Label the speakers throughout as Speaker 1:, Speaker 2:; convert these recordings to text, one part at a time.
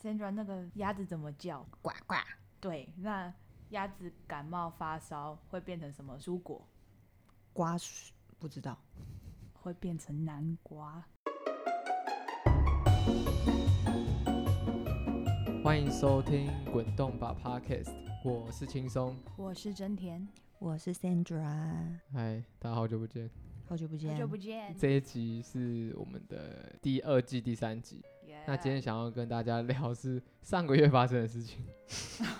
Speaker 1: Sandra 那个鸭子怎么叫？
Speaker 2: 呱呱，
Speaker 1: 对，那鸭子感冒发烧会变成什么蔬果？
Speaker 2: 瓜薯不知道。
Speaker 1: 会变成南瓜。
Speaker 3: 欢迎收听《滚动吧 Podcast》，我是轻松。
Speaker 1: 我是真田，
Speaker 2: 我是 Sandra，
Speaker 3: 嗨，大家好久不见！
Speaker 2: 好久不见，
Speaker 1: 好久不见。
Speaker 3: 这一集是我们的第二季第三集。
Speaker 1: 啊
Speaker 3: 那今天想要跟大家聊是上个月发生的事情。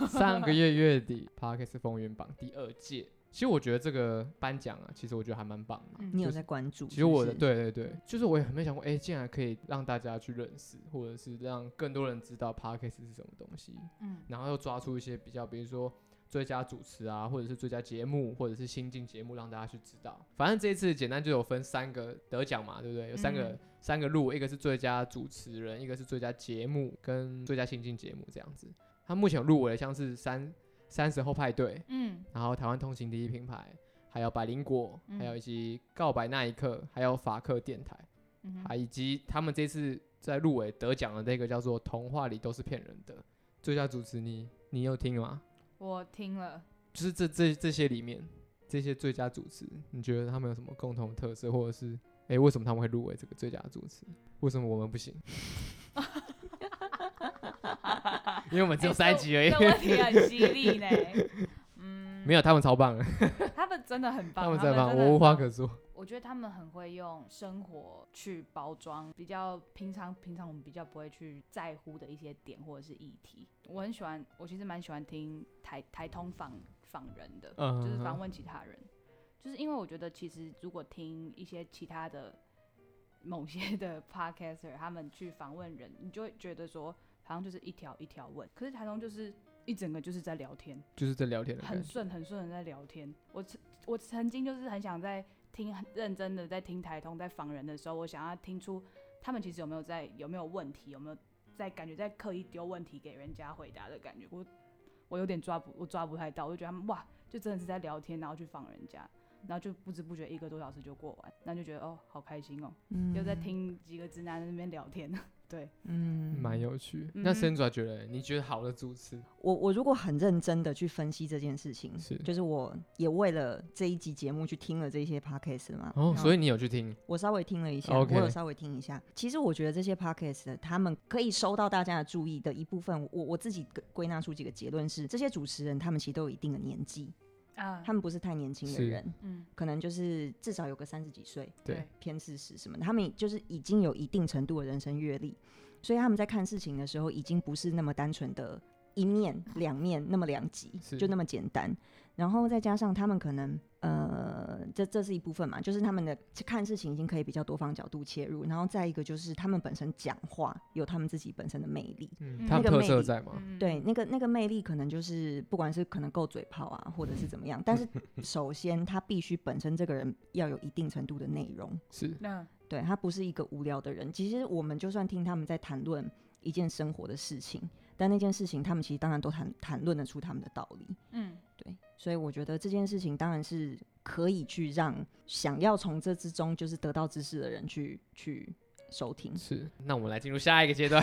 Speaker 3: 上个月月底 Podcast 风云榜第二届，其实我觉得这个颁奖啊，其实我觉得还蛮棒的。
Speaker 1: 嗯
Speaker 2: 你有
Speaker 3: 就是
Speaker 2: 在关注是不是？
Speaker 3: 其实我的对对对，就是我也很没想过，哎、竟然可以让大家去认识，或者是让更多人知道 podcast 是什么东西，
Speaker 1: 嗯，
Speaker 3: 然后又抓出一些比较，比如说最佳主持啊，或者是最佳节目，或者是新进节目，让大家去知道。反正这一次简单就有分三个得奖嘛，对不对？有三个、
Speaker 1: 嗯
Speaker 3: 三个路，一个是最佳主持人，一个是最佳节目，跟最佳新进节目这样子。他目前有入围的像是三三十后派对，
Speaker 1: 嗯，
Speaker 3: 然后台湾通行第一品牌，还有百灵果，
Speaker 1: 嗯
Speaker 3: 还有以及告白那一刻，还有法克电台，
Speaker 1: 嗯
Speaker 3: 啊，
Speaker 1: 哼，
Speaker 3: 以及他们这次在入围得奖的那个叫做《童话里都是骗人的》最佳主持你，你有听吗？
Speaker 1: 我听了，
Speaker 3: 就是这这这些里面，这些最佳主持，你觉得他们有什么共同的特色，或者是诶，为什么他们会入围这个最佳主持？为什么我们不行？ 因为我们只有
Speaker 1: 诶
Speaker 3: 三集而已
Speaker 1: 哎这，问题很犀利呢。嗯，
Speaker 3: 没有他们超棒的，
Speaker 1: 他们真的很棒，
Speaker 3: 他们
Speaker 1: 真
Speaker 3: 真
Speaker 1: 的
Speaker 3: 的棒，
Speaker 1: 很
Speaker 3: 我无话
Speaker 1: 棒
Speaker 3: 可说。
Speaker 1: 我觉得他们很会用生活去包装比较平常平常我们比较不会去在乎的一些点或者是议题。我很喜欢，我其实蛮喜欢听台台通访访人的，
Speaker 3: 嗯
Speaker 1: 就是
Speaker 3: 哼
Speaker 1: 访问其他人，就是因为我觉得其实如果听一些其他的某些 的 podcaster 他们去访问人，你就会觉得说好像就是一条一条问，可是台通就是一整个就是在聊天。
Speaker 3: 就是在聊天的感
Speaker 1: 很
Speaker 3: 觉。
Speaker 1: 顺很顺的在聊天。我曾我曾经就是很想在听很认真的在听台通在访人的时候，我想要听出他们其实有没有在有没有问题，有没有在感觉在刻意丢问题给人家回答的感觉。我我有点抓不我抓不太到，我就觉得他们哇，就真的是在聊天，然后去访人家。然后就不知不觉一个多小时就过完，然后就觉得哦，好开心哦，
Speaker 2: 嗯
Speaker 1: 又在，听几个直男在那边聊天。对，
Speaker 2: 嗯
Speaker 3: 蛮有趣。
Speaker 1: 嗯
Speaker 3: 那 Sandra 觉得，你觉得好的主持
Speaker 2: 我我如果很认真的去分析这件事情，
Speaker 3: 是
Speaker 2: 就是我也为了这一集节目去听了这些 podcast 嘛，
Speaker 3: 哦，
Speaker 1: 嗯
Speaker 2: 然后
Speaker 3: 所以你有去听
Speaker 2: 我稍微听了一下
Speaker 3: OK
Speaker 2: 我有稍微听一下。其实我觉得这些 podcast 他们可以收到大家的注意的一部分，我我自己归归纳出几个结论是，这些主持人他们其实都有一定的年纪，
Speaker 1: 啊
Speaker 2: 他，们不是太年轻的
Speaker 3: 是
Speaker 2: 人，
Speaker 1: 嗯，
Speaker 2: 可能就是至少有个三十几岁，
Speaker 3: 对
Speaker 2: 偏四十什么的，他们就是已经有一定程度的人生阅历，所以他们在看事情的时候，已经不是那么单纯的一面、两面那么两极，
Speaker 3: 是
Speaker 2: 就那么简单。然后再加上他们可能呃，这这是一部分嘛，就是他们的看事情已经可以比较多方角度切入，然后再一个就是他们本身讲话有他们自己本身的魅力，
Speaker 3: 嗯，
Speaker 1: 嗯
Speaker 3: 他们
Speaker 2: 那个
Speaker 3: 特
Speaker 2: 魅
Speaker 3: 色
Speaker 2: 力
Speaker 3: 在吗？
Speaker 1: 嗯
Speaker 2: 对，，那个那个魅力可能就是不管是可能够嘴炮啊，或者是怎么样，但是首先他必须本身这个人要有一定程度的内容，
Speaker 3: 是
Speaker 1: 那
Speaker 2: 对他不是一个无聊的人。其实我们就算听他们在谈论一件生活的事情，但那件事情他们其实当然都谈谈论得出他们的道理，
Speaker 1: 嗯，
Speaker 2: 对，所以我觉得这件事情当然是可以去让想要从这之中就是得到知识的人去去收听。
Speaker 3: 是。那我们来进入下一个 阶段，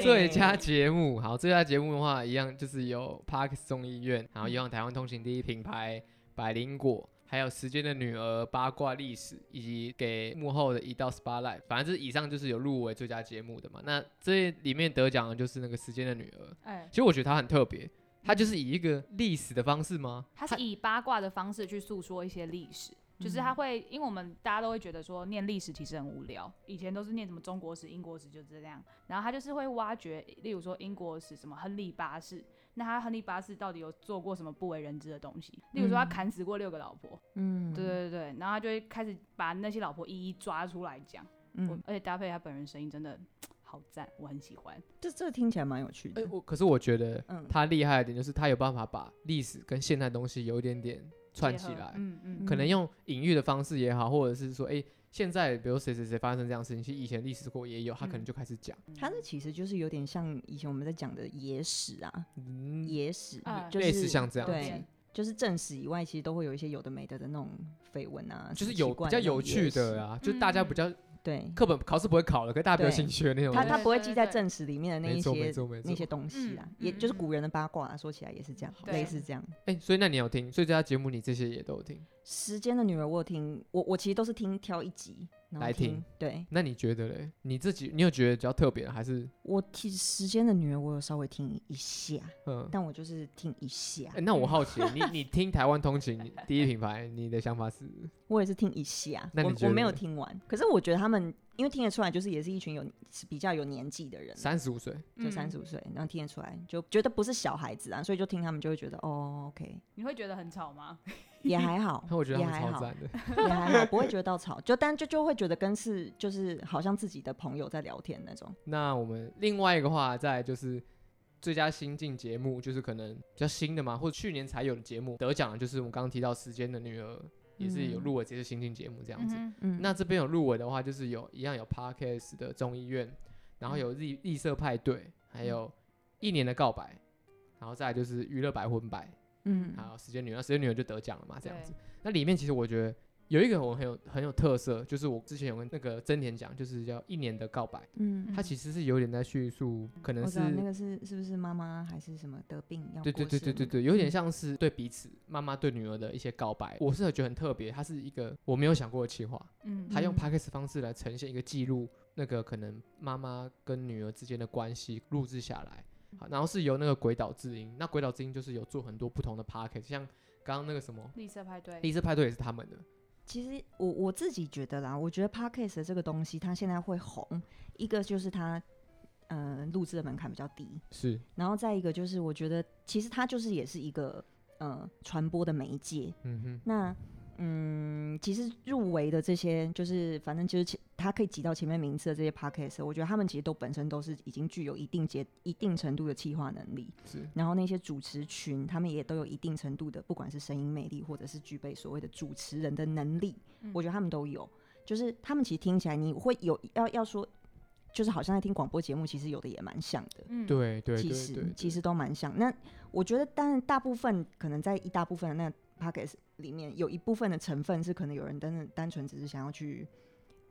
Speaker 3: 最佳节目。好，最佳节目的话，一样就是由 Parks 众议院，
Speaker 2: 嗯
Speaker 3: 然后一样台湾通行第一品牌百灵果。还有《时间的女儿》、八卦历史，以及给幕后的一到 spotlight，反正这以上就是有入围最佳节目的嘛。那这里面得奖的就是那个《时间的女儿》，
Speaker 1: 哎，
Speaker 3: 其实我觉得它很特别，它就是以一个历史的方式吗？
Speaker 1: 他是以八卦的方式去诉说一些历史，就是
Speaker 3: 嗯
Speaker 1: 他会，因为我们大家都会觉得说念历史其实很无聊，以前都是念什么中国史、英国史就这样，然后他就是会挖掘，例如说英国史什么亨利八世，那他亨利八世到底有做过什么不为人知的东西？例如说他
Speaker 2: 嗯
Speaker 1: 砍死过六个老婆，
Speaker 2: 嗯，
Speaker 1: 对，对对，然后他就会开始把那些老婆一一抓出来讲，我
Speaker 2: 嗯，
Speaker 1: 而且搭配他本人声音真的好赞，我很喜欢。
Speaker 2: 这这听起来蛮有趣的。
Speaker 3: 哎、我可是我觉得
Speaker 2: 嗯，
Speaker 3: 他厉害的点就是他有办法把历史跟现代东西有一点点串
Speaker 1: 结
Speaker 3: 起
Speaker 1: 合
Speaker 3: 来，
Speaker 1: 嗯嗯，
Speaker 3: 可能用隐喻的方式也好，或者是说，哎、现在比如谁谁谁发生这样的事情，其实以前历史过也有，他可能
Speaker 1: 嗯
Speaker 3: 就开始讲，
Speaker 2: 它这其实就是有点像以前我们在讲的野史啊，
Speaker 3: 嗯，
Speaker 2: 野史、
Speaker 1: 啊
Speaker 2: 就
Speaker 3: 类似
Speaker 2: 是
Speaker 3: 像这样
Speaker 2: 对
Speaker 3: 子，
Speaker 2: 就是正史以外，其实都会有一些有的没的的那种绯闻啊，
Speaker 3: 就是
Speaker 2: 什么
Speaker 3: 有
Speaker 2: 奇
Speaker 3: 比
Speaker 2: 怪
Speaker 3: 较
Speaker 2: 的那种
Speaker 3: 有趣啊
Speaker 2: 野史
Speaker 3: 的。啊，就大家比较
Speaker 2: 对，
Speaker 3: 课本考试不会考了，可是大家比较
Speaker 2: 嗯对
Speaker 3: 兴趣的那种
Speaker 2: 他
Speaker 3: 东西。
Speaker 2: 他
Speaker 1: 对
Speaker 2: 不会
Speaker 1: 对
Speaker 2: 记在
Speaker 1: 对
Speaker 2: 正史里面的那
Speaker 3: 没
Speaker 2: 一
Speaker 3: 错没
Speaker 2: 些
Speaker 3: 错没错
Speaker 2: 那些东西啦
Speaker 1: 嗯，
Speaker 2: 也就是
Speaker 1: 嗯
Speaker 2: 古人的八卦啊，说起来也是这样，
Speaker 1: 对
Speaker 2: 类似这样。
Speaker 3: 哎、所以那你有听？所以这家节目你这些也都有听。
Speaker 2: 时间的女儿，我有听，我我其实都是听挑一集然后
Speaker 3: 来听
Speaker 2: 听。对
Speaker 3: 那你觉得嘞？你自己你有觉得比较特别的，还是
Speaker 2: 我其实时间的女儿，我有稍微听一下，
Speaker 3: 嗯？
Speaker 2: 但我就是听一下
Speaker 3: 哎，那我好奇，你你听台湾通勤第一品牌，你的想法是？
Speaker 2: 我也是听一下，
Speaker 3: 那
Speaker 2: 我
Speaker 3: 你觉
Speaker 2: 我没
Speaker 3: 得
Speaker 2: 有
Speaker 3: 呢
Speaker 2: 听完。可是我觉得他们，因为听得出来，就是也是一群有是比较有年纪的人，啊
Speaker 3: 嗯三十五岁，，
Speaker 2: 就三十
Speaker 1: 五，
Speaker 2: 五岁，然后听得出来，就觉得不是小孩子啊，所以就听他们就会觉得哦，OK，
Speaker 1: 你会觉得很吵吗？
Speaker 2: 也还好
Speaker 3: 那我觉得
Speaker 2: 哦也
Speaker 3: 他们
Speaker 2: 还
Speaker 3: 超
Speaker 2: 好，
Speaker 3: 赞的。
Speaker 2: 也还好，不会觉得到吵，就但就就会觉得跟是就是好像自己的朋友在聊天那种。
Speaker 3: 那我们另外一个话，再来就是最佳新晋节目，就是可能比较新的嘛，或者去年才有的节目得奖的，就是我们刚刚提到《时间的女儿》，也是有
Speaker 2: 嗯
Speaker 3: 入围这次新晋节目这样子。
Speaker 1: 嗯
Speaker 2: 嗯，
Speaker 3: 那这边有入围的话，就是有一样有 Parkes 的众议院，然后有
Speaker 2: 嗯
Speaker 3: 绿绿色派对，还有一年的告白，然后再来就是娱乐百分百，
Speaker 2: 嗯
Speaker 3: 还有时间女儿，时间女儿就得奖了嘛，这样子。那里面其实我觉得有一个我很有很有特色，就是我之前有跟那个真田讲，就是叫一年的告白，
Speaker 2: 嗯
Speaker 3: 它其实是有点在叙述，可能
Speaker 2: 我
Speaker 3: 是
Speaker 2: 知道那个是是不是妈妈还是什么得病要
Speaker 3: 对对
Speaker 2: 过
Speaker 3: 对
Speaker 2: 世
Speaker 3: 对对
Speaker 2: 那嗯
Speaker 3: 对，有点像是对彼此妈妈对女儿的一些告白，我是觉得很特别，它是一个我没有想过的企划，
Speaker 1: 嗯
Speaker 3: 他用
Speaker 2: 嗯
Speaker 3: podcast 方式来呈现一个记录，那个可能妈妈跟女儿之间的关系录制下来。好，然后是由那个鬼岛智音，那鬼岛智音就是有做很多不同的 podcast，像刚刚那个什么
Speaker 1: 绿色派对，
Speaker 3: 黑色派对也是他们的，
Speaker 2: 其实我我自己觉得啦，我觉得 podcast 这个东西它现在会红，一个就是它呃录制的门槛比较低，
Speaker 3: 是
Speaker 2: 然后再一个就是我觉得其实它就是也是一个呃传播的媒介。
Speaker 3: 嗯哼，
Speaker 2: 那嗯，其实入围的这些就是反正就是前它可以挤到前面名次的这些 podcast，我觉得他们其实都本身都是已经具有一定阶一定程度的企划能力。
Speaker 3: 是
Speaker 2: 然后那些主持群，他们也都有一定程度的，不管是声音魅力，或者是具备所谓的主持人的能力，
Speaker 1: 嗯
Speaker 2: 我觉得他们都有。就是他们其实听起来，你会有要要说，就是好像在听广播节目，其实有的也蛮像的。
Speaker 1: 嗯，
Speaker 3: 对对
Speaker 2: 其
Speaker 3: 对对
Speaker 2: 实，其实都蛮像。那我觉得，当然大部分可能在一大部分的那 p o c a s t 里面，有一部分的成分是可能有人单纯单纯只是想要去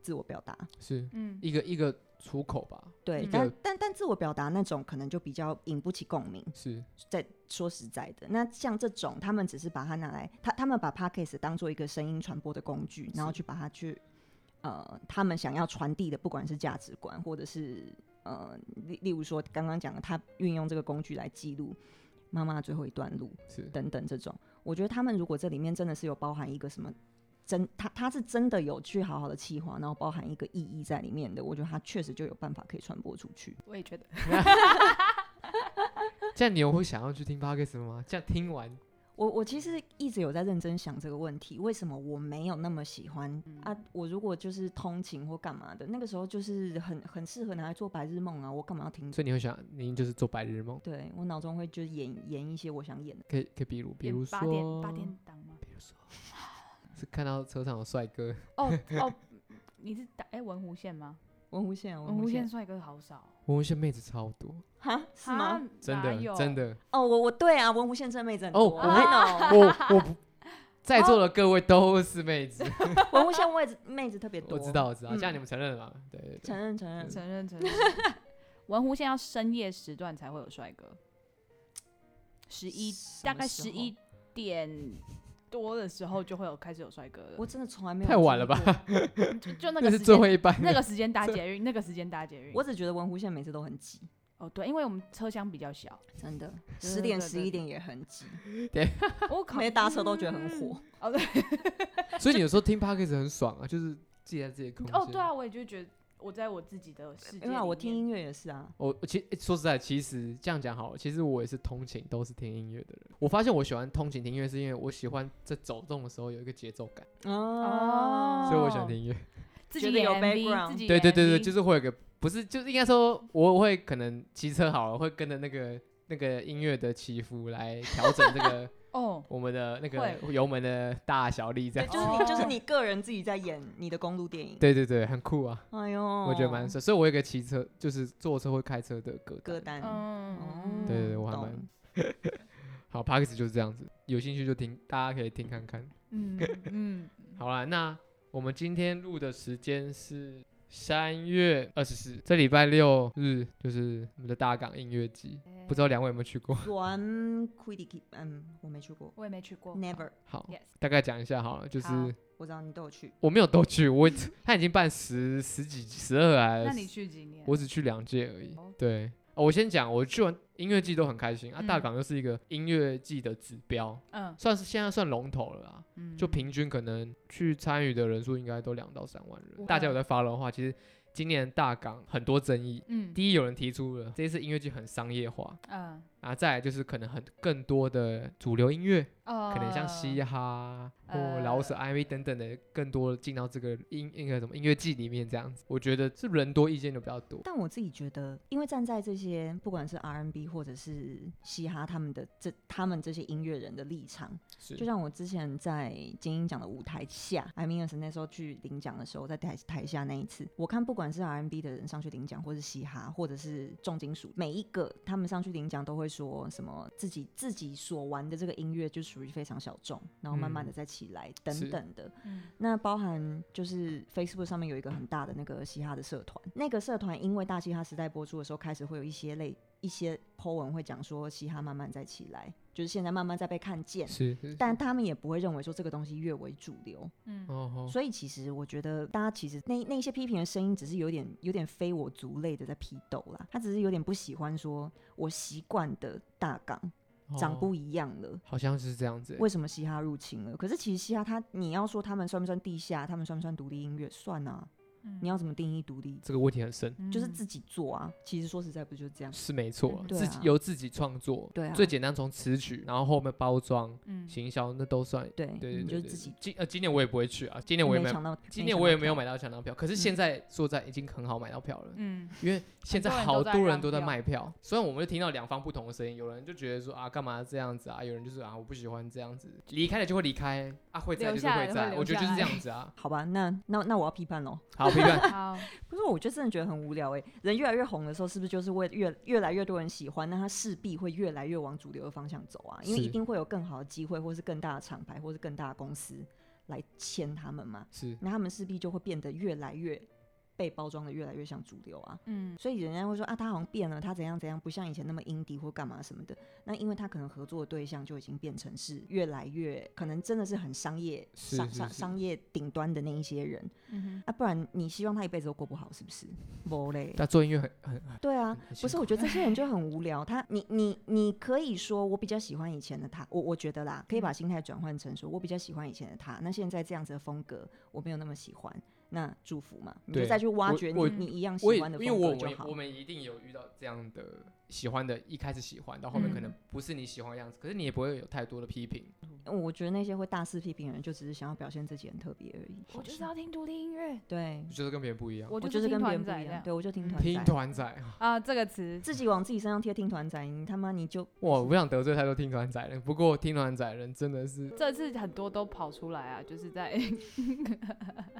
Speaker 2: 自我表达，
Speaker 3: 是
Speaker 1: 嗯
Speaker 3: 一个一个出口吧，
Speaker 2: 对。
Speaker 1: 嗯
Speaker 2: 但
Speaker 3: 对
Speaker 2: 但但自我表达那种可能就比较引不起共鸣。
Speaker 3: 是
Speaker 2: 在说实在的，那像这种，他们只是把它拿来，他他们把 podcast 当做一个声音传播的工具，然后去把它去，呃，他们想要传递的，不管是价值观，或者是呃，例例如说刚刚讲的，他运用这个工具来记录妈妈最后一段路
Speaker 3: 是，
Speaker 2: 等等这种，我觉得他们如果这里面真的是有包含一个什么。真，他他是真的有去好好的计划，然后包含一个意义在里面的，我觉得他确实就有办法可以传播出去。
Speaker 1: 我也觉得，
Speaker 3: 这样你有会想要去听 podcast 吗？这样听完
Speaker 2: 我我其实一直有在认真想这个问题，为什么我没有那么喜欢
Speaker 1: 嗯
Speaker 2: 啊？我如果就是通勤或干嘛的，那个时候就是很很适合拿来做白日梦啊，我干嘛要听？
Speaker 3: 所以你会想，你就是做白日梦，
Speaker 2: 对我脑中会就是演演一些我想演的，
Speaker 3: 可以可以，比如比如说
Speaker 1: 嗯八点八点档吗？
Speaker 3: 比如说是看到车上有帅哥，
Speaker 1: 哦哦，你是打哎文湖线吗？
Speaker 2: 文湖线啊，
Speaker 1: 文
Speaker 2: 湖
Speaker 1: 湖线
Speaker 2: 线
Speaker 1: 帅哥好少，
Speaker 3: 我们现在妹子超多，
Speaker 2: 哈是
Speaker 1: 啊
Speaker 2: 吗？？
Speaker 3: 真
Speaker 1: 哪有
Speaker 3: 的真。 的。
Speaker 2: 哦，我我对啊，文湖线真妹子很
Speaker 3: 哦
Speaker 2: 多
Speaker 3: 我
Speaker 2: 啊
Speaker 3: 我我不在座的各位都是妹子，
Speaker 1: 哦
Speaker 2: 文湖线妹子妹子特别多，
Speaker 3: 我知道我知道，
Speaker 2: 嗯
Speaker 3: 这样你们承认了吗？对对对
Speaker 2: 承，认承认，
Speaker 1: 承认承认。 文湖线要深夜时段才会有帅哥，十一
Speaker 2: 什
Speaker 1: 大
Speaker 2: 么
Speaker 1: 概
Speaker 2: 时
Speaker 1: 十
Speaker 2: 候
Speaker 1: 一，点多的时候就会有开始有帅哥了。
Speaker 2: 我真的从来没有
Speaker 3: 太晚了吧
Speaker 2: 注意 过？
Speaker 1: 就就那
Speaker 3: 那
Speaker 1: 个
Speaker 3: 是
Speaker 1: 时
Speaker 3: 最
Speaker 1: 间
Speaker 3: 后一班，
Speaker 1: 那个时间搭捷运，那个时间搭捷运。
Speaker 2: 我只觉得文湖线每次都很挤，
Speaker 1: 哦对，因为我们车厢比较小，
Speaker 2: 真的
Speaker 1: 对
Speaker 2: 十点
Speaker 1: 对
Speaker 2: 十
Speaker 1: 对
Speaker 2: 一点也很挤，
Speaker 1: 我靠，
Speaker 2: 每次搭车都觉得很火。
Speaker 1: 哦对，
Speaker 3: 所以你有时候听 podcast 很爽啊，就是自己在自己的空间。
Speaker 1: 哦对啊，我也就觉得我在我自己的世界
Speaker 2: 因为啊我
Speaker 1: 里
Speaker 2: 听
Speaker 1: 面
Speaker 2: 音乐也是啊，
Speaker 3: 我我其实、欸说实在，其实这样讲好了，其实我也是通勤都是听音乐的人。我发现我喜欢通勤听音乐，是因为我喜欢在走动的时候有一个节奏感，
Speaker 1: 哦
Speaker 3: 所以我喜欢听音乐。
Speaker 1: 自
Speaker 2: 觉
Speaker 1: 己
Speaker 2: 得
Speaker 1: 演
Speaker 2: 有
Speaker 1: MV，
Speaker 2: background
Speaker 1: 自己
Speaker 3: 对对对对，就是是会有一个不是，就是应该说我会可能骑车好了，会跟着那个那个音乐的起伏来调整这个
Speaker 1: 哦
Speaker 3: 我们的那个
Speaker 1: 会
Speaker 3: 油门的大小力这
Speaker 2: 对，
Speaker 3: 样。
Speaker 2: 就是你就是你个人自己在演你的公路电影，，
Speaker 3: 对对对，很酷啊，
Speaker 2: 哎呦，
Speaker 3: 我觉得蛮帅。所以我有一个骑车，就是坐车会开车的歌
Speaker 2: 歌
Speaker 3: 单。
Speaker 2: 单，
Speaker 1: 嗯
Speaker 2: 嗯，
Speaker 3: 对对对我还
Speaker 2: 懂
Speaker 3: 蛮 好 p a r k s 就是这样子，有兴趣就听，大家可以听看看。
Speaker 1: 嗯嗯，
Speaker 3: 好啦，那我们今天录的时间是三月二十四，这礼拜六日就是我们的大港音乐季，不知道两位有没有去过？
Speaker 2: 阮 q u i d i c 嗯，我没去过
Speaker 1: 我也没去过。
Speaker 2: ，Never，
Speaker 3: 好
Speaker 1: Yes，
Speaker 3: 大概讲一下好了，就是
Speaker 1: 好
Speaker 2: 我知道你都有去，
Speaker 3: 我没有都去，我他已经办十十几十二来了，
Speaker 1: 那你去几年？
Speaker 3: 呃我只去两届而已
Speaker 1: 哦。
Speaker 3: 对，哦我先讲，我去完音乐季都很开心啊。
Speaker 1: 嗯
Speaker 3: 大港又是一个音乐季的指标，
Speaker 1: 嗯
Speaker 3: 算是现在算龙头了啦。
Speaker 1: 嗯，
Speaker 3: 就平均可能去参与的人数应该都两到三万人。
Speaker 1: 哇
Speaker 3: 大家有在发的话，其实今年大港很多争议。
Speaker 1: 嗯
Speaker 3: 第一，有人提出了这一次音乐季很商业化，
Speaker 1: 嗯
Speaker 3: 然后再来就是可能很更多的主流音乐，
Speaker 1: 呃，
Speaker 3: 可能像嘻
Speaker 2: 哦
Speaker 3: 哈或
Speaker 1: 呃
Speaker 3: 饶舌 MV 等等的，更多进到这个音那个什么音乐季里面这样子。我觉得是人多意见就比较多。
Speaker 2: 但我自己觉得，因为站在这些不管是 R&B 或者是嘻哈他们的这他们这些音乐人的立场，
Speaker 3: 是
Speaker 2: 就像我之前在金鹰奖的舞台下，I mean 是那时候去领奖的时候，在台台下那一次，我看不管是 R&B 的人上去领奖，或是嘻哈，或者是重金属，每一个他们上去领奖都会说什么自己自己所玩的这个音乐就属于非常小众，然后慢慢的再起来、
Speaker 3: 是
Speaker 2: 等等的。
Speaker 1: 嗯
Speaker 2: 那包含就是 Facebook 上面有一个很大的那个嘻哈的社团，那个社团因为大嘻哈时代播出的时候，开始会有一些类一些 po 文会讲说嘻哈慢慢再起来，就是现在慢慢在被看见，
Speaker 3: 是，是
Speaker 2: 但他们也不会认为说这个东西越为主流，
Speaker 1: 嗯
Speaker 3: 哦吼，
Speaker 2: 所以其实我觉得大家其实那那些批评的声音只是有点有点非我族类的在批斗啦，他只是有点不喜欢说我习惯的大纲长
Speaker 3: 哦
Speaker 2: 不一样了。
Speaker 3: 好像是这样子欸。
Speaker 2: 为什么嘻哈入侵了？可是其实嘻哈它，你要说他们算不算地下，他们算不算独立音乐？算啊。你要怎么定义独立？
Speaker 3: 这个问题很深，
Speaker 2: 就是
Speaker 1: 嗯
Speaker 2: 自己做啊。其实说实在，不就是这样？
Speaker 3: 是没错啊，
Speaker 1: 嗯
Speaker 2: 对
Speaker 3: 自己
Speaker 2: 啊
Speaker 3: 由自己创作，
Speaker 2: 对啊
Speaker 3: 最简单从词曲，然后后面包装、
Speaker 1: 嗯
Speaker 3: 行销，那都算。
Speaker 2: 对，
Speaker 3: 对对
Speaker 2: 你就
Speaker 3: 对对
Speaker 2: 自己。
Speaker 3: 今呃，今年我也不会去啊，今年我也
Speaker 2: 没
Speaker 3: 没，
Speaker 2: 抢到，
Speaker 3: 今
Speaker 2: 没
Speaker 3: 年
Speaker 2: 抢
Speaker 3: 我
Speaker 2: 到
Speaker 3: 也没
Speaker 2: 票。
Speaker 3: 有买到抢到票。可是现在说在已经很好买到票了，
Speaker 1: 嗯
Speaker 3: 因为现在
Speaker 1: 很
Speaker 3: 好
Speaker 1: 多人都在
Speaker 3: 多人都在
Speaker 1: 让
Speaker 3: 卖票。虽然我们就听到两方不同的声音，有人就觉得说啊，干嘛这样子啊？有人就是啊，我不喜欢这样子，离开了就会离开啊，会在
Speaker 1: 留
Speaker 3: 就是
Speaker 1: 下来
Speaker 3: 会
Speaker 1: 会
Speaker 3: 在，
Speaker 1: 留
Speaker 3: 我觉得就
Speaker 1: 下
Speaker 3: 是这
Speaker 1: 来
Speaker 3: 样子啊。
Speaker 2: 好吧，那那那我要批判喽。
Speaker 3: 好，评论
Speaker 1: 好，
Speaker 2: 不是，我就真的觉得很无聊哎、人越来越红的时候，是不是就是为越越来越多人喜欢？那他势必会越来越往主流的方向走啊，因为
Speaker 3: 是
Speaker 2: 一定会有更好的机会，或是更大的厂牌，或是更大的公司来签他们嘛。
Speaker 3: 是
Speaker 2: 那他们势必就会变得越来越被包装的越来越像主流啊。
Speaker 1: 嗯
Speaker 2: 所以人家会说啊，他好像变了，他怎样怎样，不像以前那么阴迪或干嘛什么的。那因为他可能合作的对象就已经变成是越来越可能真的是很商业
Speaker 3: 是
Speaker 2: 商
Speaker 3: 是
Speaker 2: 商
Speaker 3: 是
Speaker 2: 商业顶端的那一些人
Speaker 1: 嗯
Speaker 2: 啊，不然你希望他一辈子都过不好是 不是？不嘞，
Speaker 3: 但做音乐很很
Speaker 2: 对啊
Speaker 3: 很，很
Speaker 2: 不
Speaker 3: 辛
Speaker 2: 是，
Speaker 3: 苦
Speaker 2: 我觉得这些 人就很无聊。他，你，你，你可以说我比较喜欢以前的他，我我觉得啦，可以把
Speaker 1: 嗯
Speaker 2: 心态转换成说我比较喜欢以前的他。那现在这样子的风格我没有那么喜欢，那祝福嘛，你就
Speaker 3: 对
Speaker 2: 再去挖
Speaker 3: 我
Speaker 2: 掘
Speaker 3: 我
Speaker 2: 你你一样
Speaker 3: 我
Speaker 2: 喜
Speaker 3: 也
Speaker 2: 欢的
Speaker 3: 因为
Speaker 2: 风
Speaker 3: 我
Speaker 2: 格就
Speaker 3: 们
Speaker 2: 好
Speaker 3: 我。们一定有遇到这样的喜欢的，一开始喜欢到后面可能
Speaker 1: 嗯
Speaker 3: 不是你喜欢的样子，可是你也不会有太多的批评。
Speaker 2: 我觉得那些会大肆批评的人，就只是想要表现自己很特别而已。
Speaker 1: 我就是要听独立音乐，
Speaker 2: 对，
Speaker 3: 就是跟别人不一样。
Speaker 1: 我
Speaker 2: 我
Speaker 1: 就是
Speaker 2: 是
Speaker 1: 听
Speaker 2: 跟别
Speaker 1: 团
Speaker 2: 人不
Speaker 1: 仔这
Speaker 2: 一样，
Speaker 1: 样
Speaker 2: 对我就听团
Speaker 3: 嗯听
Speaker 2: 仔，
Speaker 3: 团仔，
Speaker 1: 啊，这个词
Speaker 2: 自己往自己身上贴听团仔，你他妈你就
Speaker 3: 哇，我不想得罪太多听团仔人，不过听团仔人真的 是
Speaker 1: 这次很多都跑出来啊，就是在晕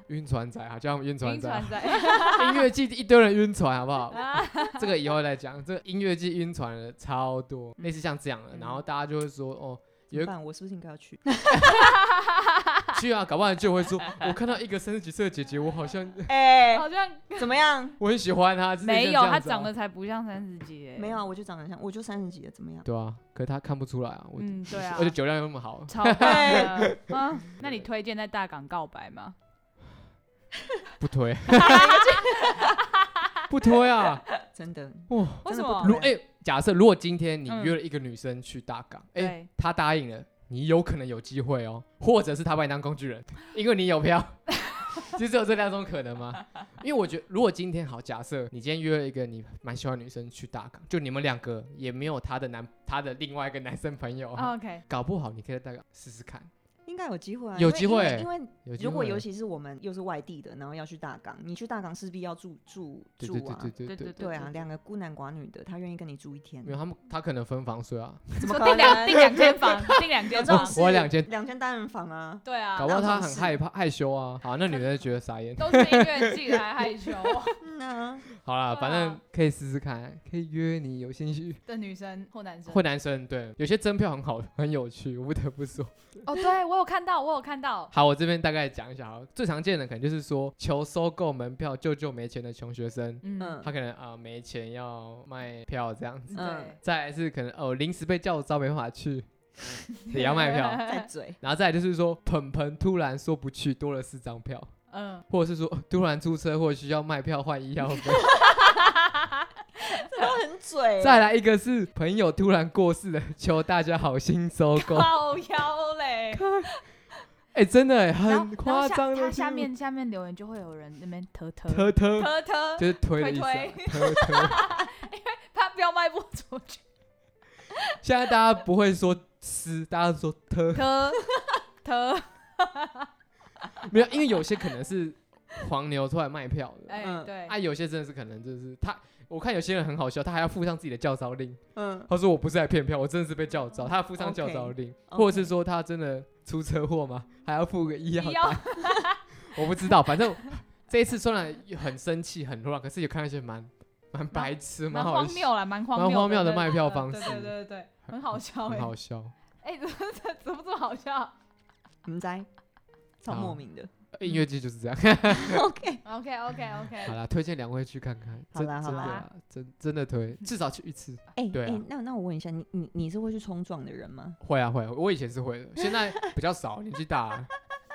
Speaker 3: 晕船仔，好叫他们晕船仔。啊
Speaker 1: 船仔
Speaker 3: 音乐季一堆人晕船，好 不好？
Speaker 1: 啊，
Speaker 3: 这个以后再讲。这个音乐季晕船的超多，类似像这样的，然后大家就会说哦。
Speaker 2: 怎
Speaker 3: 有
Speaker 2: 么
Speaker 3: 一
Speaker 2: 办？我是不是应该要 去？
Speaker 3: 去啊，搞不好就会说，我看到一个三十几岁的姐姐，我好像
Speaker 2: 哎、
Speaker 1: 好像
Speaker 2: 怎么样？
Speaker 3: 我很喜欢她。之类
Speaker 1: 没
Speaker 3: 像
Speaker 1: 有，
Speaker 3: 这样
Speaker 1: 他
Speaker 3: 子啊
Speaker 1: 长得才不像三十几欸，
Speaker 2: 没有啊，我就长得像，我就三十几了，怎么样？
Speaker 3: 对啊，可是她看不出来啊。我
Speaker 1: 嗯，对啊
Speaker 3: 而，且酒量又那 么好，
Speaker 1: 超棒的啊！那你推荐在大港告白吗？
Speaker 3: 不推，不推啊！
Speaker 2: 真的，
Speaker 3: 哇，
Speaker 1: 为
Speaker 2: 真
Speaker 1: 什
Speaker 2: 的不
Speaker 1: 么
Speaker 2: 推？
Speaker 3: 如哎、假设如果今天你
Speaker 1: 嗯
Speaker 3: 约了一个女生去大港，哎、
Speaker 1: 对，
Speaker 3: 她答应了，你有可能有机会哦，或者是她把你当工具人，因为你有票。就只有这两种可能吗？因为我觉得，如果今天好，假设你今天约了一个你蛮喜欢的女生去大港，就你们两个也没有她的男，她的另外一个男生朋友，
Speaker 1: 啊 OK，
Speaker 3: 搞不好你可以在大港试试看，
Speaker 2: 应该有机会啊，因
Speaker 3: 有
Speaker 2: 为
Speaker 3: 机会
Speaker 2: 因为因为
Speaker 3: 有机
Speaker 2: 如果
Speaker 3: 会
Speaker 2: 尤其是我们又是外地的，然后要去大港，你去大港势必要住住
Speaker 3: 对
Speaker 2: 住
Speaker 3: 对对
Speaker 2: 啊
Speaker 3: 对。
Speaker 1: 对
Speaker 3: 对对
Speaker 1: 对
Speaker 3: 对，
Speaker 2: 对啊，两个孤男寡女的，他愿意跟你住一天
Speaker 3: 没，有他们，他可能分房睡啊，
Speaker 2: 怎么
Speaker 1: 说
Speaker 2: 可
Speaker 1: 订两
Speaker 2: 能？
Speaker 1: 订两间房， 订两
Speaker 2: 有
Speaker 1: 间
Speaker 2: 这
Speaker 1: 房
Speaker 2: 种
Speaker 3: 我，
Speaker 2: 事？
Speaker 3: 我两间
Speaker 2: 两间单人房啊，
Speaker 1: 对啊
Speaker 3: 搞，不好
Speaker 2: 那
Speaker 3: 她
Speaker 2: 种
Speaker 3: 很
Speaker 2: 事
Speaker 3: 害怕害羞啊。好，那女生就觉得傻眼，
Speaker 1: 都是音乐季来害羞，
Speaker 2: 天 哪！
Speaker 3: 好啦，
Speaker 1: 对啊
Speaker 3: 反正可以试试看，可以约你有兴趣。
Speaker 1: 的女生或男生
Speaker 3: 或男生对，有些真票很好，很有趣，我不得不说。
Speaker 1: 哦，对我有看到，我有看到，
Speaker 3: 好，我这边大概讲一下好了，最常见的可能就是说求收购门票救救没钱的穷学生，
Speaker 1: 嗯，
Speaker 2: 嗯
Speaker 3: 他可能啊、呃没钱要卖票这样子。
Speaker 1: 对
Speaker 2: 嗯，
Speaker 3: 再来是可能哦临时被叫招没办法去，也要卖票。
Speaker 2: 在嘴，
Speaker 3: 然后再来就是说鹏鹏突然说不去，多了四张票，
Speaker 1: 嗯，
Speaker 3: 或者是说、呃突然出车祸需要卖票换医药 费。
Speaker 2: 这都很嘴。
Speaker 3: 再来一个是朋友突然过世了，求大家好心收购。
Speaker 1: 好妖嘞。
Speaker 3: 哎、真的、欸、
Speaker 1: 然后
Speaker 3: 很夸张
Speaker 1: 然后下他
Speaker 3: 的是，
Speaker 1: 下面下面留言就会有人那边特特
Speaker 3: 特特
Speaker 1: 特特，
Speaker 3: 就是推的意思、啊
Speaker 1: 推，
Speaker 3: 特特。
Speaker 1: 怕不要卖不出去。
Speaker 3: 现在大家不会说撕，大家都说特，
Speaker 1: 特特，
Speaker 3: 没有，因为有些可能是黄牛突然卖票的，
Speaker 1: 哎，
Speaker 2: 嗯
Speaker 1: 对，
Speaker 3: 啊，有些真的是可能就是他，我看有些人很好笑，他还要附上自己的叫招令，
Speaker 2: 嗯，
Speaker 3: 他说我不是来骗票，我真的是被叫招，他附上叫招令
Speaker 2: OK，OK
Speaker 3: 或者是说他真的出车祸吗？还要付个医药
Speaker 1: 医药
Speaker 3: 单， 我不知道，反正这一次虽然很生气很乱，可是有看到一些蛮蛮白痴，
Speaker 1: 蛮
Speaker 3: 好
Speaker 1: 荒
Speaker 3: 笑。
Speaker 1: 谬了，蛮荒
Speaker 3: 蛮荒谬
Speaker 1: 的
Speaker 3: 的
Speaker 1: 对
Speaker 3: 卖票方
Speaker 1: 对对
Speaker 3: 式
Speaker 1: 对对对，很好笑
Speaker 3: 很
Speaker 1: 哎，
Speaker 3: 好笑。
Speaker 1: 哎，怎么这怎么这么好笑
Speaker 2: 我们在，超
Speaker 3: 好
Speaker 2: 莫名的。
Speaker 3: 呃
Speaker 1: 嗯
Speaker 3: 音乐剧就是这样。
Speaker 2: OK，
Speaker 1: ？OK OK
Speaker 3: 好
Speaker 1: OK，
Speaker 3: 啦，推荐两位去看看。
Speaker 2: 好
Speaker 3: 真
Speaker 2: 啦好
Speaker 3: 真的
Speaker 1: 啦
Speaker 3: 啊真真的推，至少去一 次。
Speaker 2: 哎
Speaker 3: 对啊
Speaker 2: 哎，那那我问一下，你你你是会去冲撞的人吗？
Speaker 3: 会啊会啊，我以前是会的，现在比较少，年纪大了，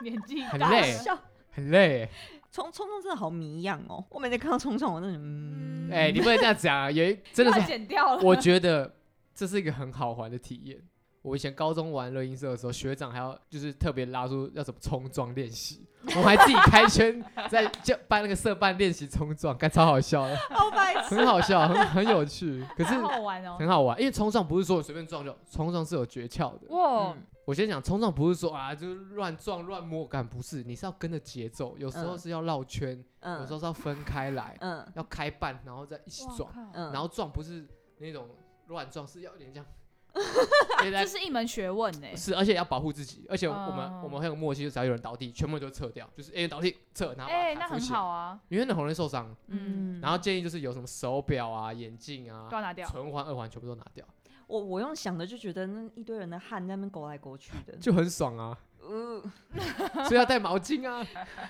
Speaker 1: 年纪
Speaker 3: 很
Speaker 1: 大
Speaker 3: 累
Speaker 1: 了，
Speaker 2: 啊笑，
Speaker 3: 很累。
Speaker 2: 冲冲撞真的好迷样哦！我每次看到冲撞，我真的嗯，
Speaker 3: 哎，你不能这样讲啊，有一真的
Speaker 1: 要
Speaker 3: 是，
Speaker 1: 剪掉 了。
Speaker 3: 我觉得这是一个很好玩的体验。我以前高中玩乐音社的时候，学长还要就是特别拉出要怎么冲撞练习，我还自己开圈在就办那个社办练习冲撞，干超好笑的，
Speaker 2: 好 白痴。
Speaker 3: 很好笑，很很有趣。可是
Speaker 1: 好好玩哦。
Speaker 3: 很好玩，因为冲撞不是说你随便撞就冲撞是有诀窍的。
Speaker 1: 哇，
Speaker 2: 嗯
Speaker 3: 我先讲冲撞不是说啊就是乱撞乱摸，感不是，你是要跟着节奏，有时候
Speaker 2: 嗯
Speaker 3: 是要绕圈，有时
Speaker 2: 嗯
Speaker 3: 候是要分开来，
Speaker 2: 嗯
Speaker 3: 要开半然后再一起撞，
Speaker 1: 哇靠
Speaker 2: 嗯，
Speaker 3: 然后撞不是那种乱撞，是要有 点这样，有
Speaker 1: 这
Speaker 3: 点
Speaker 1: 是一门学问哎。
Speaker 3: 是而且要保护自己，而且我们、
Speaker 1: 哦
Speaker 3: 我们很有默契，就只要有人倒地，全部人都撤掉，就是哎、人倒地撤，然后
Speaker 1: 哎，那
Speaker 3: 把他扶
Speaker 1: 很
Speaker 3: 起来，
Speaker 1: 好啊，
Speaker 3: 因为那很容易受伤。
Speaker 1: 嗯，
Speaker 3: 然后建议就是有什么手表啊、眼镜啊
Speaker 1: 都、要拿掉。
Speaker 3: 唇环、耳环全部都拿掉，
Speaker 2: 我我用想的就觉得那一堆人的汗在那边勾来勾去的，
Speaker 3: 就很 爽啊。
Speaker 2: 呃，
Speaker 3: 所以要带毛巾啊。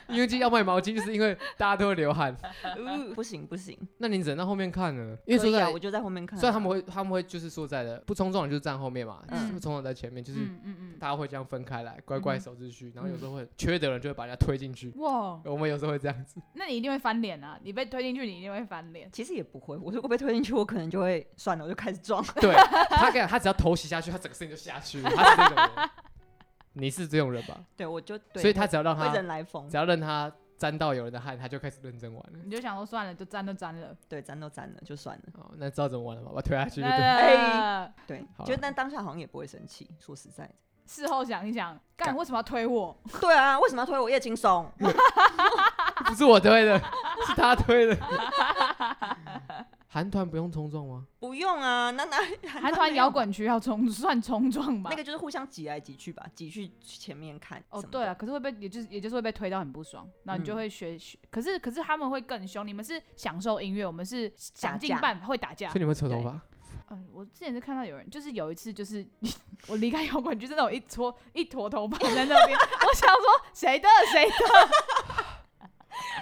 Speaker 3: 音乐季要卖毛巾，就是因为大家都会流汗，
Speaker 2: 呃不行不行，
Speaker 3: 那你只能到后面看了。因为
Speaker 2: 可
Speaker 3: 说
Speaker 2: 以
Speaker 3: 在
Speaker 2: 啊，，我就在后面看啊。
Speaker 3: 虽然他们会他们会就是说在的，不冲撞你就站后面嘛，
Speaker 1: 嗯
Speaker 3: 不冲撞在前面，就是
Speaker 1: 嗯嗯
Speaker 3: 大家会这样分开来，乖乖守秩序。然后有
Speaker 2: 嗯
Speaker 3: 时候会缺的人就会把人家推进去，
Speaker 1: 嗯，哇，
Speaker 3: 我们有时候会这样子。
Speaker 1: 那你一定会翻脸啊！你被推进去，你一定会翻脸。
Speaker 2: 其实也不会，我如果被推进去，我可能就会算了，我就 开始撞。
Speaker 1: 嗯
Speaker 3: 对他跟他只要头洗下去，他整个身体就下去了。他是这种人，你是这种人 吧？
Speaker 2: 对，我就对，
Speaker 3: 所以他只要让
Speaker 2: 会
Speaker 3: 他
Speaker 2: 人来疯
Speaker 3: 只，要让他沾到有人的汗，他就开始认真玩了。
Speaker 1: 你就想说算了，就沾就沾了。
Speaker 2: 对，沾都沾了，就算了。
Speaker 3: 好，哦那知道怎么玩了吗？把他推下去就
Speaker 1: 来
Speaker 3: 对了。
Speaker 1: 来来来
Speaker 2: 对
Speaker 3: 好，
Speaker 2: 就
Speaker 3: 啊
Speaker 2: 但当下好像也不会生气，说实 在的。
Speaker 1: 事后想一想，干
Speaker 3: 干
Speaker 1: 为什么要推我？
Speaker 2: 对啊，为什么要推我叶轻松？
Speaker 3: 不是我推的， 是他推的。韩团不用冲撞吗？
Speaker 2: 不用啊，那那
Speaker 1: 韩团摇滚区要冲算冲撞吧
Speaker 2: 那？个就是互相挤来挤去吧，挤去前面看。
Speaker 1: 哦，对啊，，可是会被，也就是也就是会被推到很不爽，然后你就
Speaker 2: 嗯
Speaker 1: 会学学。可是可是他们会更凶，你们是享受音乐，我们是想尽
Speaker 2: 架
Speaker 1: 办法会打架
Speaker 3: 所以。你们扯头发？
Speaker 1: 嗯，我之前是看到有人，就是有一次，就是我离开摇滚区，真的有一撮一坨头发在那 边，我想说谁的谁的。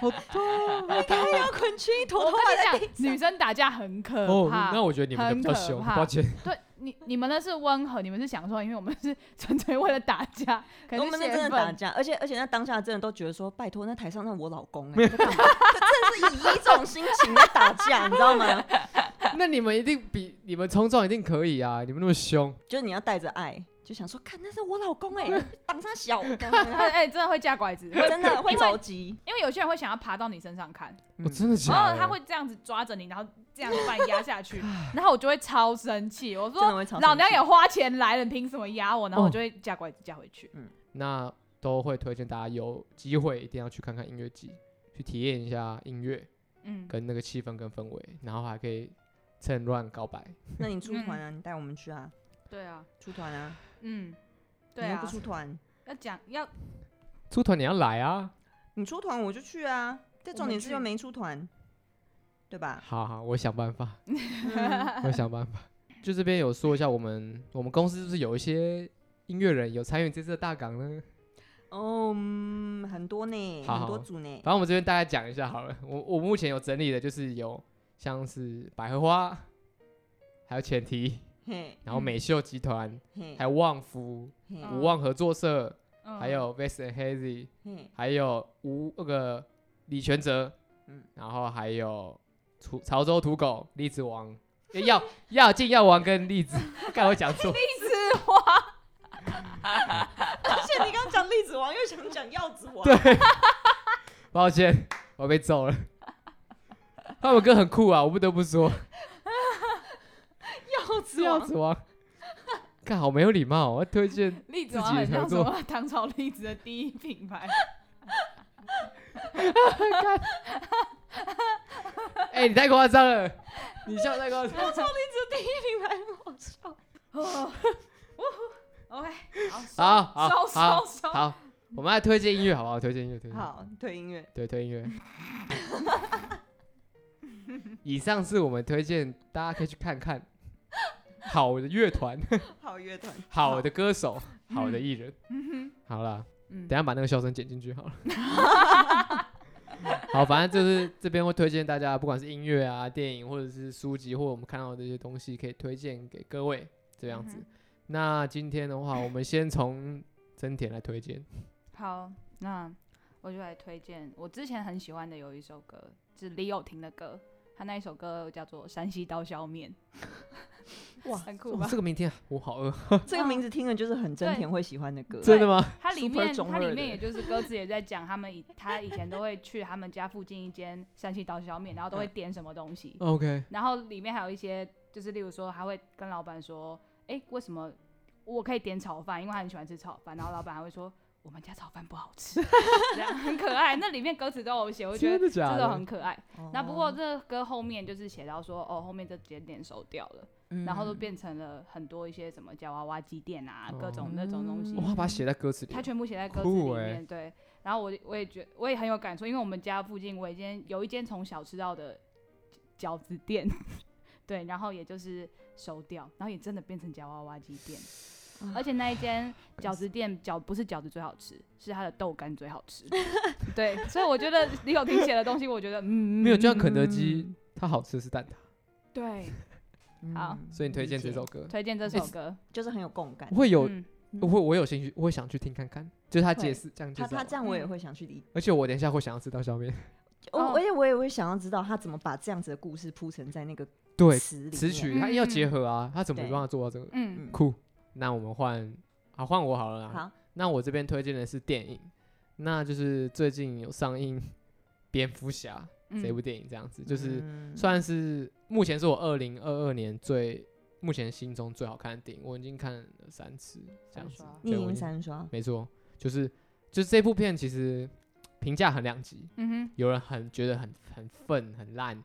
Speaker 3: 好痛！
Speaker 2: 离开摇哎滚区，头
Speaker 1: 我
Speaker 2: 头
Speaker 1: 跟
Speaker 2: 发在
Speaker 1: 你
Speaker 2: 地
Speaker 1: 讲，女
Speaker 2: 上。
Speaker 1: 生打架很可
Speaker 3: 哦，
Speaker 1: 怕。
Speaker 3: 那我觉得你们的比较凶，
Speaker 1: 很可怕
Speaker 3: 抱歉。
Speaker 1: 对你你们那是温和，你们是享受，因为我们是纯粹为了打架，可能
Speaker 2: 我
Speaker 1: 是
Speaker 2: 们那
Speaker 1: 泄
Speaker 2: 真的打
Speaker 1: 愤。
Speaker 2: 架，而且而且那当下真的都觉得说，拜托，那台上那我老公哎、欸，在干嘛这真的是以一种心情在打架，你知道吗？
Speaker 3: 那你们一定比你们冲撞一定可以啊！你们那么凶，
Speaker 2: 就是你要带着爱，就想说，看那是我老公哎、欸，当上小，
Speaker 1: 哎、哎，真的会架拐子，会
Speaker 2: 真的会着急，
Speaker 1: 因为有些人会想要爬到你身上看，
Speaker 3: 我哦真的假
Speaker 1: 然后嗯
Speaker 3: 的？
Speaker 1: 哦他会这样子抓着你，然后这样把你压下去， 然后我就会超生气，我
Speaker 2: 真的
Speaker 1: 说
Speaker 2: 会吵。
Speaker 1: 老娘也花钱来了，你凭什么压我？然后我就会架拐子架回去。
Speaker 3: 那都会推荐大家有机会一定要去看看音乐季，去体验一下音乐
Speaker 1: 嗯，
Speaker 3: 跟那个气氛跟氛围，然后还可以趁乱告白。
Speaker 2: 那你出团
Speaker 1: 嗯
Speaker 2: 啊，你带我们去啊，
Speaker 1: 对啊，
Speaker 2: 出团啊，
Speaker 1: 嗯，对
Speaker 2: 你又
Speaker 1: 啊
Speaker 2: 不，出团，
Speaker 1: 要讲要
Speaker 3: 出团你要来啊！
Speaker 2: 你出团我就去啊。但重点是又没出团，对吧？嗯
Speaker 3: 好好，我想办法，我想办法。就这边有说一下，我们我们公司是不是有一些音乐人有参与这次的大港呢？
Speaker 2: 哦，嗯很多呢，
Speaker 3: 好
Speaker 2: 很多
Speaker 3: 好
Speaker 2: 组呢
Speaker 3: 反。正我们这边大概讲一下好了。我我目前有整理的就是有像是百合花，还有浅提，
Speaker 2: 嘿，
Speaker 3: 然后美秀集团，
Speaker 2: 嘿
Speaker 3: 还，有旺福、
Speaker 2: 嘿
Speaker 1: 嗯
Speaker 3: 无望合作社，
Speaker 1: 嗯
Speaker 3: 还有 Vest and Hazy，
Speaker 2: 嘿，
Speaker 3: 还有吴那个李全哲，
Speaker 2: 嗯
Speaker 3: 然后还有土潮州土狗、栗子王、诶要要进药王跟栗子， 刚我讲错，
Speaker 2: 而且你刚讲栗子王，又想讲耀子王，
Speaker 3: 抱歉，我被揍了。他们歌很酷啊，我不得不 说，
Speaker 2: 耀
Speaker 3: 是耀子王，看好没有礼貌哦、我要推荐
Speaker 1: 栗子
Speaker 3: 自
Speaker 1: 王
Speaker 3: 己
Speaker 1: 很像什
Speaker 3: 合作
Speaker 1: 么唐朝栗子的第一品 牌，
Speaker 3: 哎、你太夸张了，你笑太夸 张。
Speaker 2: 第一名牌很好 笑。
Speaker 1: 哦 OK，好，
Speaker 3: 好好
Speaker 1: 收
Speaker 3: 好
Speaker 1: 收收，
Speaker 3: 好，我们来推荐音乐好不好？推荐音乐，推荐音乐。
Speaker 2: 好，推音乐，
Speaker 3: 对，推音 乐。以上是我们推荐，大家可以去看看好的乐 团、
Speaker 2: 好乐团，
Speaker 3: 好的歌手、好的艺人。好了，
Speaker 1: 嗯
Speaker 3: 等一下把那个笑声剪进去好了。 好，反正就是这边会推荐大家，不管是音乐啊、电影或者是书籍，或者我们看到的这些东西，可以推荐给各位这样子。
Speaker 1: 嗯哼
Speaker 3: 那今天的话，我们先从真田来推荐。
Speaker 1: 好，那我就来推荐我之前很喜欢的有一首歌，是李友廷的歌，他那一首歌叫做《山西刀削面》，
Speaker 2: 哇
Speaker 1: 很酷
Speaker 3: 哇，
Speaker 1: 吧
Speaker 3: 这？个明天啊我好饿，
Speaker 2: 这个名字听了就是很真田会喜欢的歌。
Speaker 3: 真的吗？
Speaker 1: 它里
Speaker 2: Super
Speaker 1: 面
Speaker 2: 中
Speaker 1: 它
Speaker 2: 二
Speaker 1: 里
Speaker 2: 的
Speaker 1: 面也就是歌词也在讲他们以他以前都会去他们家附近一间山西刀削面，然后都
Speaker 2: 嗯
Speaker 1: 会点什么东西，
Speaker 3: OK，
Speaker 1: 然后里面还有一些，就是例如说，他会跟老板说：“哎、为什么我可以点炒饭？因为他很喜欢吃炒饭。”然后老板还会说：“我们家炒饭不好吃。” 这样很可爱。那里面歌词都有写，我觉
Speaker 3: 真
Speaker 1: 得
Speaker 3: 的假
Speaker 1: 这种
Speaker 3: 的
Speaker 1: 很？可爱。
Speaker 2: 哦
Speaker 1: 那不过，这歌后面就是写到说：“哦，后面这间店收掉了，
Speaker 3: 嗯
Speaker 1: 然后都变成了很多一些什么夹娃娃机店啊，各种那种东西。
Speaker 3: 哦
Speaker 2: 嗯
Speaker 3: 哇，把它写在歌词里
Speaker 1: 他
Speaker 3: 哦。
Speaker 1: 全部写在歌词里
Speaker 3: 酷
Speaker 1: 面，
Speaker 3: 欸
Speaker 1: 对。然后我我也觉我也很有感触，因为我们家附近我一间有一间从小吃到的饺子店， 对，然后也就是收掉，然后也真的变成夹娃娃机店，
Speaker 3: 嗯
Speaker 2: 嗯
Speaker 1: 而且那一间饺子店饺不是饺子最好吃，是它的豆干最好吃，对，所以我觉得李友廷写的东西，我觉得嗯
Speaker 3: 没有，就像肯德基，它好吃是蛋挞，
Speaker 1: 对，
Speaker 2: 嗯
Speaker 1: 好
Speaker 3: 所以你推荐这，首
Speaker 2: 理
Speaker 3: 歌，
Speaker 1: 推荐这首歌，
Speaker 3: 哎
Speaker 2: 解就是很有共感
Speaker 3: 我。会有，
Speaker 1: 嗯，
Speaker 3: 我会我有兴趣，我会想去听看看，就是他
Speaker 2: 会
Speaker 3: 解释这样介
Speaker 2: 他
Speaker 3: 绍
Speaker 2: 他这
Speaker 3: 的，
Speaker 2: 样我也会想去理，
Speaker 3: 而且我等一下会想要吃刀削面，嗯
Speaker 2: 我
Speaker 1: 哦
Speaker 2: 而且我也会想要知道他怎么把这样子的故事铺成在那个
Speaker 3: 对，
Speaker 2: 词里
Speaker 3: 词
Speaker 2: 面嗯
Speaker 3: 曲它要结合啊，他怎么
Speaker 2: 对
Speaker 3: 办法做到这个
Speaker 1: 嗯
Speaker 2: 嗯
Speaker 3: 酷？那我们换，好换我好了啦。
Speaker 2: 好，
Speaker 3: 那我这边推荐的是电影，那就是最近有上映《蝙蝠侠》这部电影，这样子就是
Speaker 2: 嗯
Speaker 3: 算是目前是我二零二二年最目前心中最好看的电影，我已经看了三次这样
Speaker 1: 三
Speaker 3: 子
Speaker 1: 刷。
Speaker 3: 对
Speaker 2: 逆
Speaker 3: 我
Speaker 2: 鳞
Speaker 3: 已经
Speaker 2: 三刷，
Speaker 3: 没错，就是就是这部片其实评价很两极，
Speaker 1: 嗯哼，
Speaker 3: 有人很觉得很很愤很烂，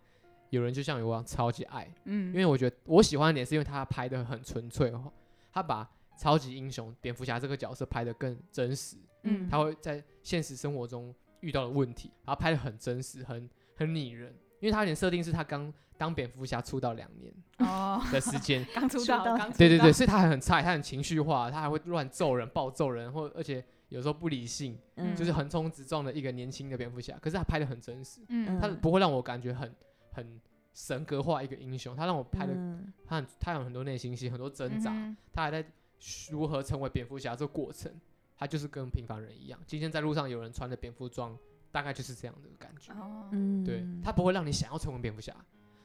Speaker 3: 有人就像我一样超级爱，因
Speaker 1: 嗯，
Speaker 3: 为我觉得我喜欢的点是因为他拍的很纯粹哦，他把超级英雄蝙蝠侠这个角色拍得更真实，
Speaker 1: 嗯
Speaker 3: 他会在现实生活中遇到的问题，然后拍得很真实，很很拟人。因为他连设定是他刚当蝙蝠侠出道两年
Speaker 1: 哦，
Speaker 3: 的 时间，
Speaker 1: 刚出
Speaker 2: 出
Speaker 1: 道，
Speaker 2: 道
Speaker 1: 刚出
Speaker 3: 对对
Speaker 1: 道
Speaker 3: 对，，所以他很菜，他很情绪化，他还会乱揍人、暴揍人，或而且有时候不理性，
Speaker 2: 嗯，
Speaker 3: 就是横冲直撞的一个年轻的蝙蝠侠。可是他拍的很真实，
Speaker 1: 嗯
Speaker 3: 他
Speaker 2: 嗯
Speaker 3: 不会让我感觉很很神格化一个英雄，他让我拍的
Speaker 2: 嗯
Speaker 3: 他很他有很多内心戏，很多挣扎，
Speaker 1: 嗯
Speaker 3: 他还在如何成为蝙蝠侠这个过程，他就是跟平凡人一样。今天在路上有人穿着蝙蝠装，大概就是这样的感觉。
Speaker 1: 哼哦，
Speaker 2: 嗯
Speaker 3: 对，他不会让你想要成为蝙蝠侠，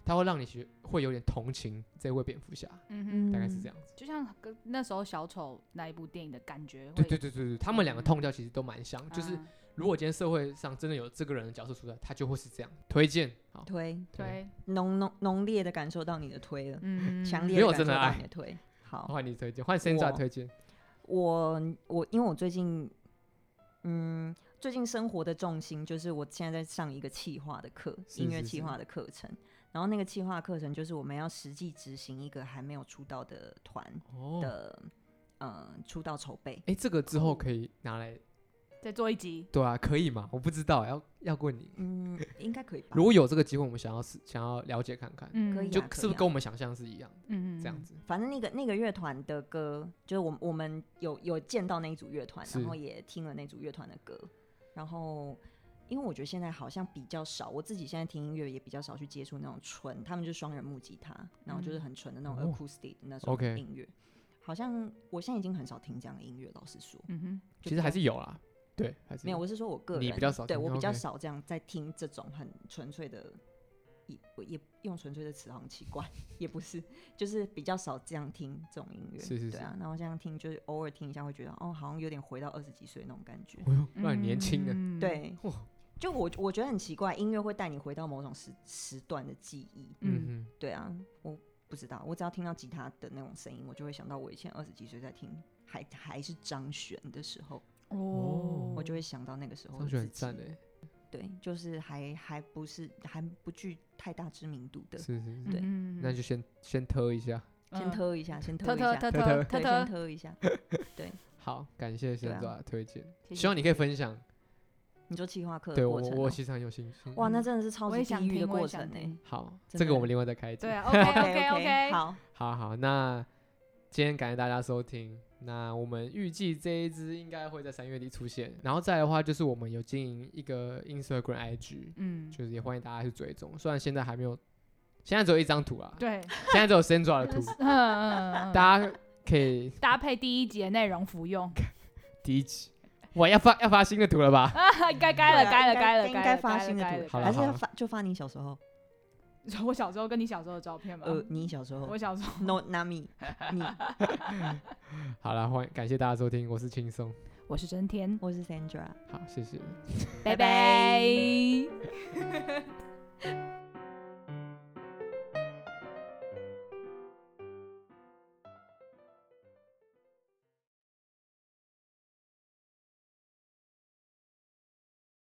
Speaker 3: 他会让你学会有点同情这位蝙蝠侠，
Speaker 1: 嗯哼。
Speaker 3: 大概是这样子。
Speaker 1: 就像跟那时候小丑那一部电影的感觉会，
Speaker 3: 对对对对对，他们两个痛调其实都蛮像，就是
Speaker 1: 啊
Speaker 3: 如果今天社会上真的有这个人的角色出来，他就会是这样。推荐好，
Speaker 2: 嗯推
Speaker 3: 对
Speaker 1: 对，
Speaker 2: 浓浓浓烈的感受到你的推了，
Speaker 1: 嗯
Speaker 2: 强
Speaker 3: 没
Speaker 2: 烈
Speaker 3: 有
Speaker 2: 的感
Speaker 3: 真
Speaker 2: 受
Speaker 3: 的
Speaker 2: 到
Speaker 3: 爱
Speaker 2: 你的推。好，
Speaker 3: 换你推荐，换 Senza
Speaker 2: 我
Speaker 3: 推荐。
Speaker 2: 我我因为我最近，嗯，最近生活的重心就是我现在在上一个企划的课，
Speaker 3: 是
Speaker 2: 音乐
Speaker 3: 是
Speaker 2: 企
Speaker 3: 是
Speaker 2: 划的课程。然后那个企划课程就是我们要实际执行一个还没有出道的团
Speaker 3: 哦，
Speaker 2: 的、呃出道筹备。
Speaker 3: 哎，这个之后可以拿来
Speaker 1: 再做一集，
Speaker 3: 对啊，可以吗？我不知道，要要问你。
Speaker 2: 嗯，应该可以吧？
Speaker 3: 如果有这个机会，我们想要是想要了解看看，
Speaker 1: 嗯，
Speaker 2: 可以
Speaker 3: 就
Speaker 2: 啊
Speaker 3: 是不是跟我们想象是一样的
Speaker 1: 嗯嗯
Speaker 3: 这样子？
Speaker 2: 反正那个那个乐团的歌，就是我们我们有有见到那一组乐团，
Speaker 3: 是
Speaker 2: 然后也听了那组乐团的歌，然后因为我觉得现在好像比较少，我自己现在听音乐也比较少去接触那种纯，他们就是双人木吉他，然后就是很纯的那种
Speaker 3: 哦
Speaker 2: acoustic 的那
Speaker 3: ，OK
Speaker 2: 种音乐。好像我现在已经很少听这样的音乐，老实说，
Speaker 1: 嗯哼，
Speaker 2: 就
Speaker 3: 其实
Speaker 2: 比
Speaker 3: 还
Speaker 2: 较
Speaker 3: 是有啦，对，还是
Speaker 2: 没有。我是说我个人
Speaker 3: 你比较少
Speaker 2: 对
Speaker 3: 听
Speaker 2: 我比较
Speaker 3: OK
Speaker 2: 少这样在听这种很纯粹的，也我也用纯粹的词好像奇怪， 也不是，就是比较少这样听这种音乐。
Speaker 3: 是是
Speaker 2: 对
Speaker 3: 是
Speaker 2: 啊，然后这样听就是偶尔听一下，会觉得哦，好像有点回到二十几岁那种感觉。
Speaker 3: 哎呦，让你年轻的，
Speaker 1: 嗯，
Speaker 2: 对
Speaker 3: 哇，
Speaker 2: 就我我觉得很奇怪，音乐会带你回到某种时时段的记忆。
Speaker 1: 嗯，
Speaker 3: 嗯
Speaker 2: 对啊，我不知道，我只要听到吉他的那种声音，我就会想到我以前二十几岁在听。还还是张悬的时候，
Speaker 1: 哦，
Speaker 2: 我就会想到那个时
Speaker 3: 哼，
Speaker 2: 候。
Speaker 3: 张学很赞哎，
Speaker 2: 对，就是还还不是还不具太大知名度的，
Speaker 3: 是是是，
Speaker 2: 对
Speaker 1: 嗯，
Speaker 3: 那就先先特一下。
Speaker 2: 先
Speaker 1: 特
Speaker 2: 偷一下，先偷
Speaker 1: 特
Speaker 2: 一
Speaker 1: 特
Speaker 2: 下，
Speaker 1: 特特
Speaker 2: 对，
Speaker 3: 特
Speaker 1: 特
Speaker 2: 先
Speaker 1: 特，
Speaker 2: 偷一下。
Speaker 3: 好，感谢
Speaker 2: 对
Speaker 3: 先
Speaker 2: 啊
Speaker 3: 抓的推荐，
Speaker 1: 谢
Speaker 3: 希望
Speaker 1: 谢
Speaker 3: 你可以分享。
Speaker 2: 你说企划课
Speaker 3: 对
Speaker 2: 的
Speaker 3: 我
Speaker 2: 过程
Speaker 3: 我
Speaker 2: 哦，
Speaker 3: 其实很有兴趣。
Speaker 2: 哇，那真的是超
Speaker 1: 我
Speaker 2: 级
Speaker 1: 也想
Speaker 2: 地狱的
Speaker 1: 听，我也
Speaker 2: 过
Speaker 1: 想
Speaker 2: 程哎
Speaker 1: 听。。
Speaker 3: 好，
Speaker 2: 真
Speaker 3: 这个
Speaker 2: 的
Speaker 3: 我们另外再开一集
Speaker 1: 对。啊，OK OK
Speaker 2: OK
Speaker 1: OK，，
Speaker 2: 好，
Speaker 3: 好好，那今天感谢大家收听。那我们预计这一支应该会在三月底出现，然后再来的话就是我们有经营一个 Instagram IG，
Speaker 1: 嗯，
Speaker 3: 就是也欢迎大家去追踪。虽然现在还没有，现在只有一张图啊，
Speaker 1: 对，
Speaker 3: 现在只有 Sandra 的图，
Speaker 1: 嗯嗯嗯，搭
Speaker 3: 大家可以
Speaker 1: 搭配第一集的内容服用，
Speaker 3: 第一集，哇，要发要发新的图了吧？
Speaker 1: 啊， 该该了
Speaker 2: 对啊
Speaker 1: 该了
Speaker 2: 应
Speaker 1: 该了，
Speaker 2: 应该发新
Speaker 1: 新
Speaker 2: 的图
Speaker 3: 好
Speaker 2: 了，
Speaker 3: 了
Speaker 2: 还是
Speaker 3: 好
Speaker 2: 要
Speaker 3: 了
Speaker 2: 发就发你小时候，
Speaker 1: 我小时候跟你小时候的照片吗？
Speaker 2: 呃，嗯你小时候
Speaker 1: 我小时候，
Speaker 2: ，no nami，你，
Speaker 3: 好了，欢迎感谢大家收听，我是轻松，
Speaker 1: 我是真天，
Speaker 2: 我是 Sandra。
Speaker 3: 好，谢谢。
Speaker 1: 拜
Speaker 2: 拜
Speaker 1: 拜。